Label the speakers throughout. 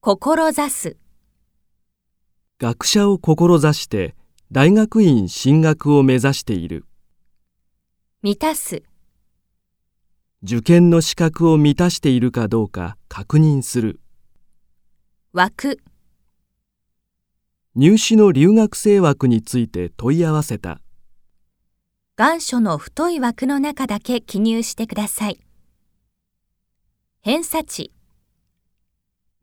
Speaker 1: 志す、
Speaker 2: 学者を志して大学院進学を目指している
Speaker 1: 満たす、
Speaker 2: 受験の資格を満たしているかどうか確認する
Speaker 1: 湧く、
Speaker 2: 入試の留学生枠について問い合わせた
Speaker 1: 願書の太い枠の中だけ記入してください。偏差値、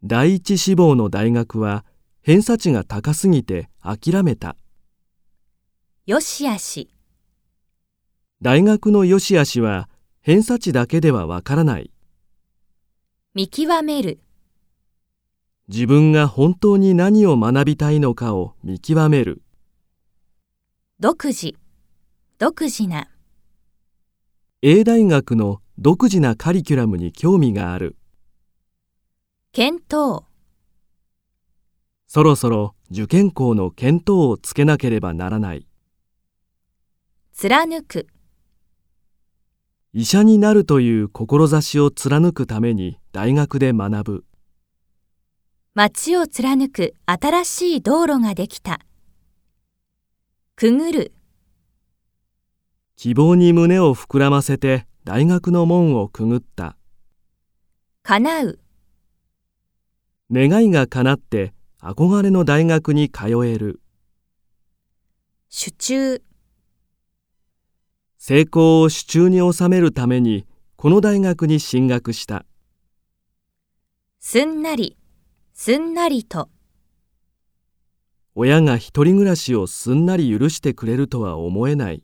Speaker 2: 第一志望の大学は偏差値が高すぎて諦めた
Speaker 1: よしあし、
Speaker 2: 大学の良し悪しは偏差値だけではわからない
Speaker 1: 見極める、
Speaker 2: 自分が本当に何を学びたいのかを見極める
Speaker 1: 独自、独自な、
Speaker 2: A 大学の独自なカリキュラムに興味がある
Speaker 1: 検討、
Speaker 2: そろそろ受験校の見当をつけなければならない
Speaker 1: 貫く、
Speaker 2: 医者になるという志を貫くために大学で学ぶ
Speaker 1: 街を貫く新しい道路ができた。くぐる、
Speaker 2: 希望に胸を膨らませて大学の門をくぐった
Speaker 1: 叶う、
Speaker 2: 願いが叶って憧れの大学に通える
Speaker 1: 手中、
Speaker 2: 成功を手中に収めるためにこの大学に進学した
Speaker 1: すんなり、すんなりと、
Speaker 2: 親が一人暮らしをすんなり許してくれるとは思えない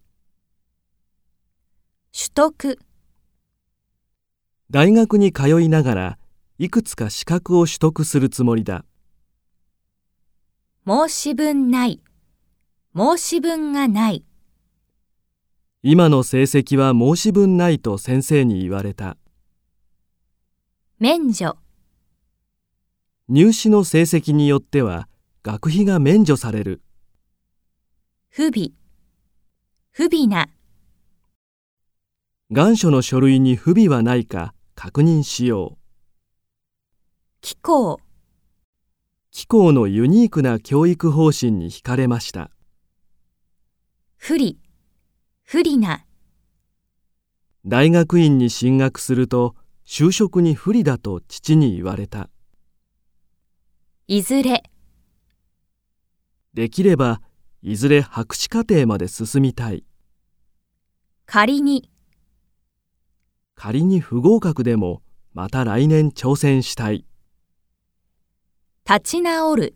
Speaker 1: 取得、
Speaker 2: 大学に通いながらいくつか資格を取得するつもりだ
Speaker 1: 申し分ない、申し分がない、
Speaker 2: 今の成績は申し分ないと先生に言われた
Speaker 1: 免除、
Speaker 2: 入試の成績によっては学費が免除される
Speaker 1: 不備、不備な、
Speaker 2: 願書の書類に不備はないか確認しよう
Speaker 1: 機構、
Speaker 2: 機構のユニークな教育方針に惹かれました
Speaker 1: 不利、不利な、
Speaker 2: 大学院に進学すると就職に不利だと父に言われた
Speaker 1: いずれ、
Speaker 2: できればいずれ博士課程まで進みたい
Speaker 1: 仮に、
Speaker 2: 仮に不合格でもまた来年挑戦したい
Speaker 1: 立ち直る、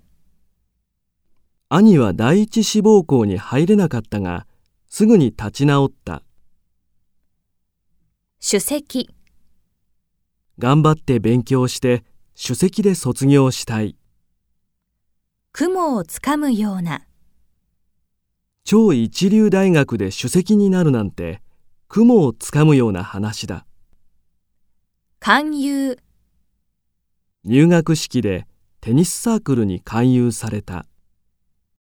Speaker 2: 兄は第一志望校に入れなかったがすぐに立ち直った
Speaker 1: 首席、
Speaker 2: 頑張って勉強して首席で卒業したい
Speaker 1: 雲をつかむような、
Speaker 2: 超一流大学で首席になるなんて雲をつかむような話だ
Speaker 1: 勧誘。
Speaker 2: 入学式でテニスサークルに勧誘された